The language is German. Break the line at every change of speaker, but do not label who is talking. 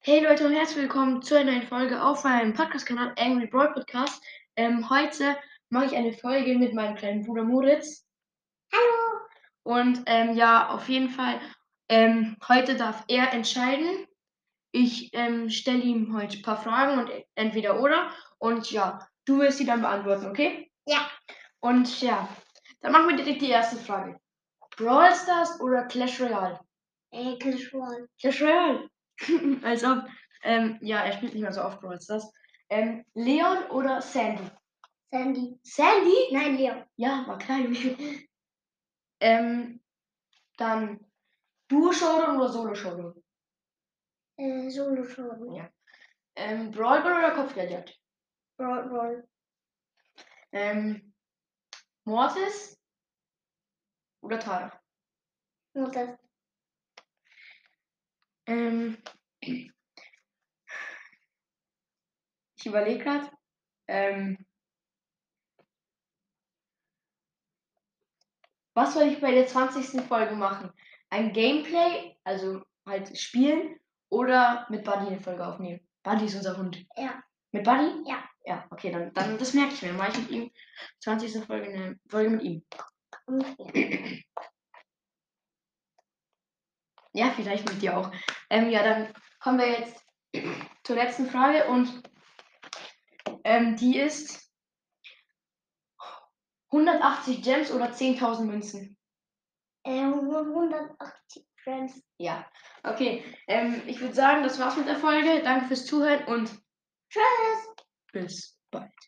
Hey Leute und herzlich willkommen zu einer neuen Folge auf meinem Podcast-Kanal Angry Broad Podcast. Ähm, heute mache ich eine Folge mit meinem kleinen Bruder Moritz.
Hallo.
Und ähm, ja, auf jeden Fall, ähm, heute darf er entscheiden. Ich ähm, stelle ihm heute ein paar Fragen und entweder oder. Und ja, du wirst sie dann beantworten, okay?
Ja.
Und ja, dann machen wir direkt die erste Frage. Brawl Stars oder Clash Royale?
Äh, Clash Royale.
Clash Royale. Als ob. Ähm, ja, er spielt nicht mehr so oft Brawl Stars. Ähm, Leon oder Sandy?
Sandy.
Sandy?
Nein, Leon.
Ja, war klein. ähm, dann Duo-Showdown oder Solo-Showdown?
Äh, Solo Showdown.
Ähm, Brawl Ball oder Kopfgeldjagd?
Brawl Brawl.
Ähm, Mortis oder Tara?
Nur das.
Ähm, ich überlege gerade. Ähm, was soll ich bei der 20. Folge machen? Ein Gameplay, also halt spielen, oder mit Buddy eine Folge aufnehmen? Buddy ist unser Hund.
Ja.
Mit Buddy?
Ja.
Ja, okay, dann, dann das merke ich mir. Mache ich mit ihm 20. Folge eine Folge mit ihm.
Okay.
Ja, vielleicht mit dir auch. Ähm, ja, dann kommen wir jetzt zur letzten Frage und ähm, die ist 180 Gems oder 10.000 Münzen?
Äh, 180 ah, Friends.
Ja, okay. Ähm, ich würde sagen, das war's mit der Folge. Danke fürs Zuhören und
Tschüss.
bis bald.